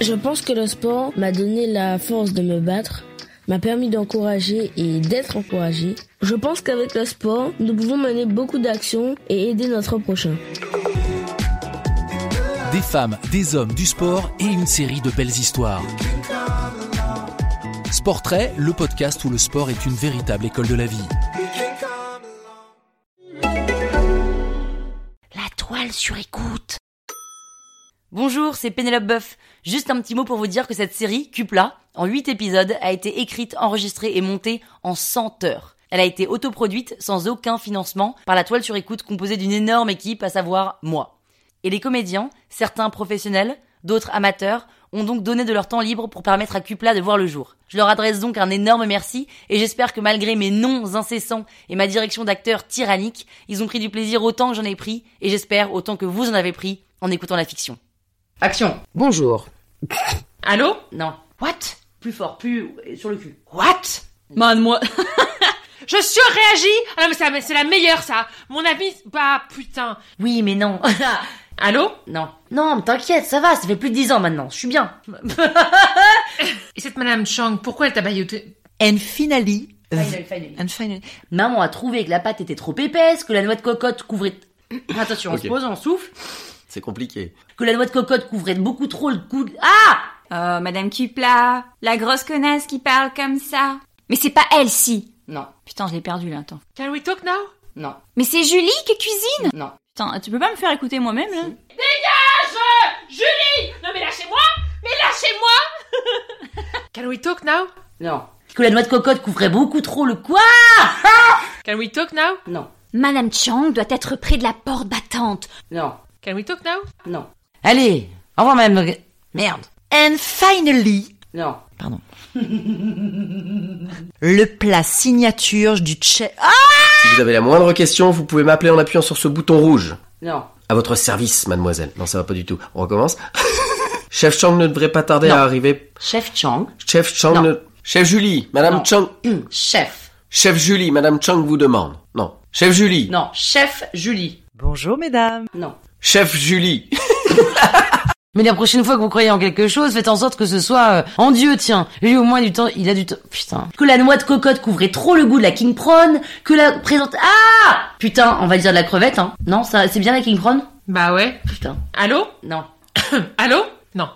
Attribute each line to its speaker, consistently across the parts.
Speaker 1: Je pense que le sport m'a donné la force de me battre, m'a permis d'encourager et d'être encouragé. Je pense qu'avec le sport, nous pouvons mener beaucoup d'actions et aider notre prochain.
Speaker 2: Des femmes, des hommes, du sport et une série de belles histoires. Sportrait, le podcast où le sport est une véritable école de la vie.
Speaker 3: La toile sur écoute. Bonjour, c'est Pénélope Boeuf. Juste un petit mot pour vous dire que cette série, Cupla, en 8 épisodes, a été écrite, enregistrée et montée en 100 heures. Elle a été autoproduite sans aucun financement par la toile sur écoute composée d'une énorme équipe, à savoir moi. Et les comédiens, certains professionnels, d'autres amateurs, ont donc donné de leur temps libre pour permettre à Cupla de voir le jour. Je leur adresse donc un énorme merci et j'espère que malgré mes noms incessants et ma direction d'acteur tyrannique, ils ont pris du plaisir autant que j'en ai pris et j'espère autant que vous en avez pris en écoutant la fiction. Action.
Speaker 4: Bonjour.
Speaker 5: Allô
Speaker 3: Non. What Plus fort, plus euh, sur le cul.
Speaker 5: What Man, moi... Je surréagis Ah non, mais ça- mais c'est la meilleure, ça Mon ami... Bah, putain
Speaker 3: Oui, mais non.
Speaker 5: Allô
Speaker 3: non. Non, mais t'inquiète, ça va, ça fait plus de 10 ans maintenant, je suis bien.
Speaker 5: Et cette madame Chang, pourquoi elle t'a bailloté
Speaker 4: And finally.
Speaker 3: Final, final.
Speaker 4: Euh, And finally.
Speaker 3: Maman a trouvé que la pâte était trop épaisse, que la noix de cocotte couvrait... Attention, on se
Speaker 6: Ok.
Speaker 3: pose, on souffle.
Speaker 6: C'est compliqué.
Speaker 3: Que la noix de cocotte couvrait beaucoup trop le cou... Ah
Speaker 7: Oh, Madame Cupla, la grosse connasse qui parle comme ça. Mais c'est pas elle, si.
Speaker 3: Non,
Speaker 7: Putain, je l'ai perdu là, attends.
Speaker 5: Can we talk now
Speaker 3: non,
Speaker 7: Mais c'est Julie qui cuisine
Speaker 3: non.
Speaker 7: Putain, tu peux pas me faire écouter moi-même là
Speaker 5: Julie Non, mais lâchez-moi Mais lâchez-moi Can we talk now
Speaker 3: Non. Que la noix de cocotte couvrait beaucoup trop le quoi
Speaker 5: Can we talk now
Speaker 3: Non,
Speaker 7: Madame Chang doit être près de la porte battante.
Speaker 3: non,
Speaker 5: Can we talk now
Speaker 3: non. Allez, au revoir madame... Merde.
Speaker 4: And finally.
Speaker 3: Non.
Speaker 4: Pardon. Le plat signature du chef. Ah
Speaker 6: Si vous avez la moindre question, vous pouvez m'appeler en appuyant sur ce bouton rouge.
Speaker 3: Non.
Speaker 6: À votre service, mademoiselle. Non, ça va pas du tout. On recommence. Chef Chang ne devrait pas tarder
Speaker 3: Non.
Speaker 6: à arriver.
Speaker 3: Chef Chang.
Speaker 6: Chef Chang
Speaker 3: Non.
Speaker 6: ne... Chef Julie, madame
Speaker 3: Non.
Speaker 6: Chang...
Speaker 4: Hmm.
Speaker 3: Chef.
Speaker 6: Chef Julie, madame Chang vous demande. Non. Chef Julie.
Speaker 3: Non, chef Julie.
Speaker 4: Bonjour mesdames.
Speaker 3: Non.
Speaker 6: Chef Julie.
Speaker 3: Mais la prochaine fois que vous croyez en quelque chose, faites en sorte que ce soit euh, en Dieu, tiens. Lui au moins du temps, il a du temps. Putain. Que la noix de cocotte couvrait trop le goût de la king prawn, que la présente ah putain, on va dire de la crevette hein. Non, ça c'est bien la king prawn
Speaker 5: Bah ouais.
Speaker 3: Putain.
Speaker 5: Allô
Speaker 3: Non.
Speaker 5: Allô Non.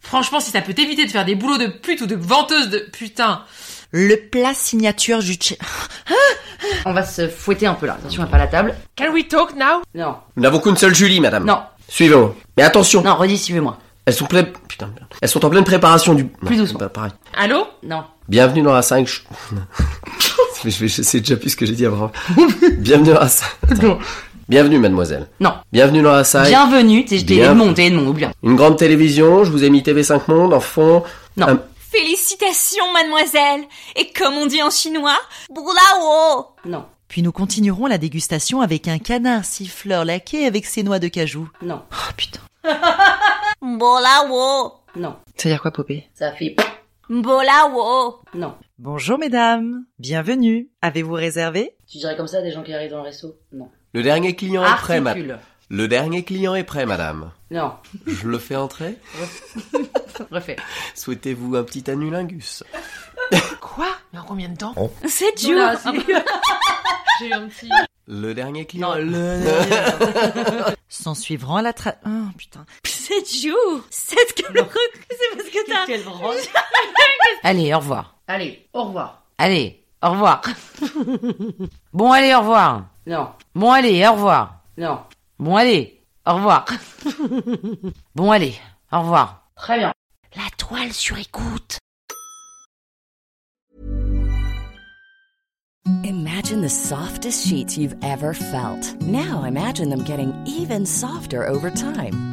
Speaker 5: Franchement, si ça peut t'éviter de faire des boulots de pute ou de venteuse de... Putain
Speaker 4: Le plat signature du chef.
Speaker 3: On va se fouetter un peu là. Attention, on va pas la table.
Speaker 5: Can we talk now
Speaker 3: Non.
Speaker 6: Nous n'avons qu'une seule Julie, madame.
Speaker 3: Non.
Speaker 6: Suivons. Mais attention.
Speaker 3: Non, redis suivez-moi.
Speaker 6: Elles sont pleines... Putain, merde. Elles sont en pleine préparation du...
Speaker 3: Plus
Speaker 6: Non,
Speaker 3: doucement.
Speaker 6: bah, pareil.
Speaker 5: Allô
Speaker 3: Non.
Speaker 6: Bienvenue dans la 5... ch- je, vais- je sais déjà plus ce que j'ai dit avant. Bienvenue dans la 5... Bienvenue, mademoiselle.
Speaker 3: Non.
Speaker 6: Bienvenue dans la salle.
Speaker 3: Bienvenue, t'es t'es
Speaker 6: Bien.
Speaker 3: Edmond, t'es Edmond, oublie. rien.
Speaker 6: Une grande télévision, je vous ai mis TV5 Monde en fond.
Speaker 3: Non.
Speaker 6: Euh,
Speaker 7: Félicitations, mademoiselle Et comme on dit en chinois, bravo
Speaker 3: Non.
Speaker 4: Puis nous continuerons la dégustation avec un canard siffleur laqué avec ses noix de cajou.
Speaker 3: Non.
Speaker 4: Oh putain.
Speaker 7: Bolao
Speaker 3: Non.
Speaker 4: Ça veut dire quoi, Popé
Speaker 3: Ça fait
Speaker 7: Bolao
Speaker 3: non.
Speaker 8: Bonjour mesdames, bienvenue. Avez-vous réservé
Speaker 3: Tu dirais comme ça à des gens qui arrivent dans le resto Non.
Speaker 6: Le dernier client est prêt, ma-
Speaker 3: Articule.
Speaker 6: Le dernier client est prêt, madame.
Speaker 3: Non,
Speaker 6: Je le fais entrer
Speaker 5: Refais.
Speaker 6: Souhaitez-vous un petit annulingus
Speaker 5: Quoi Mais en combien de temps
Speaker 7: C'est
Speaker 5: Non,
Speaker 7: dur.
Speaker 5: là, si. J'ai eu un petit.
Speaker 6: Le dernier client
Speaker 4: S'en suivront à la tra... Ah, putain.
Speaker 7: C'est dur. C'est que le recul, c'est parce que t'as.
Speaker 5: Quelle branche
Speaker 3: Allez, au revoir.
Speaker 5: Allez, au revoir.
Speaker 3: Allez, au revoir. bon, allez, au revoir. Non. Bon, allez, au revoir. Non. Bon, allez, au revoir. bon, allez, au revoir. Très bien. La toile sur écoute.
Speaker 8: Imagine the softest sheets you've ever felt. Now imagine them getting even softer over time.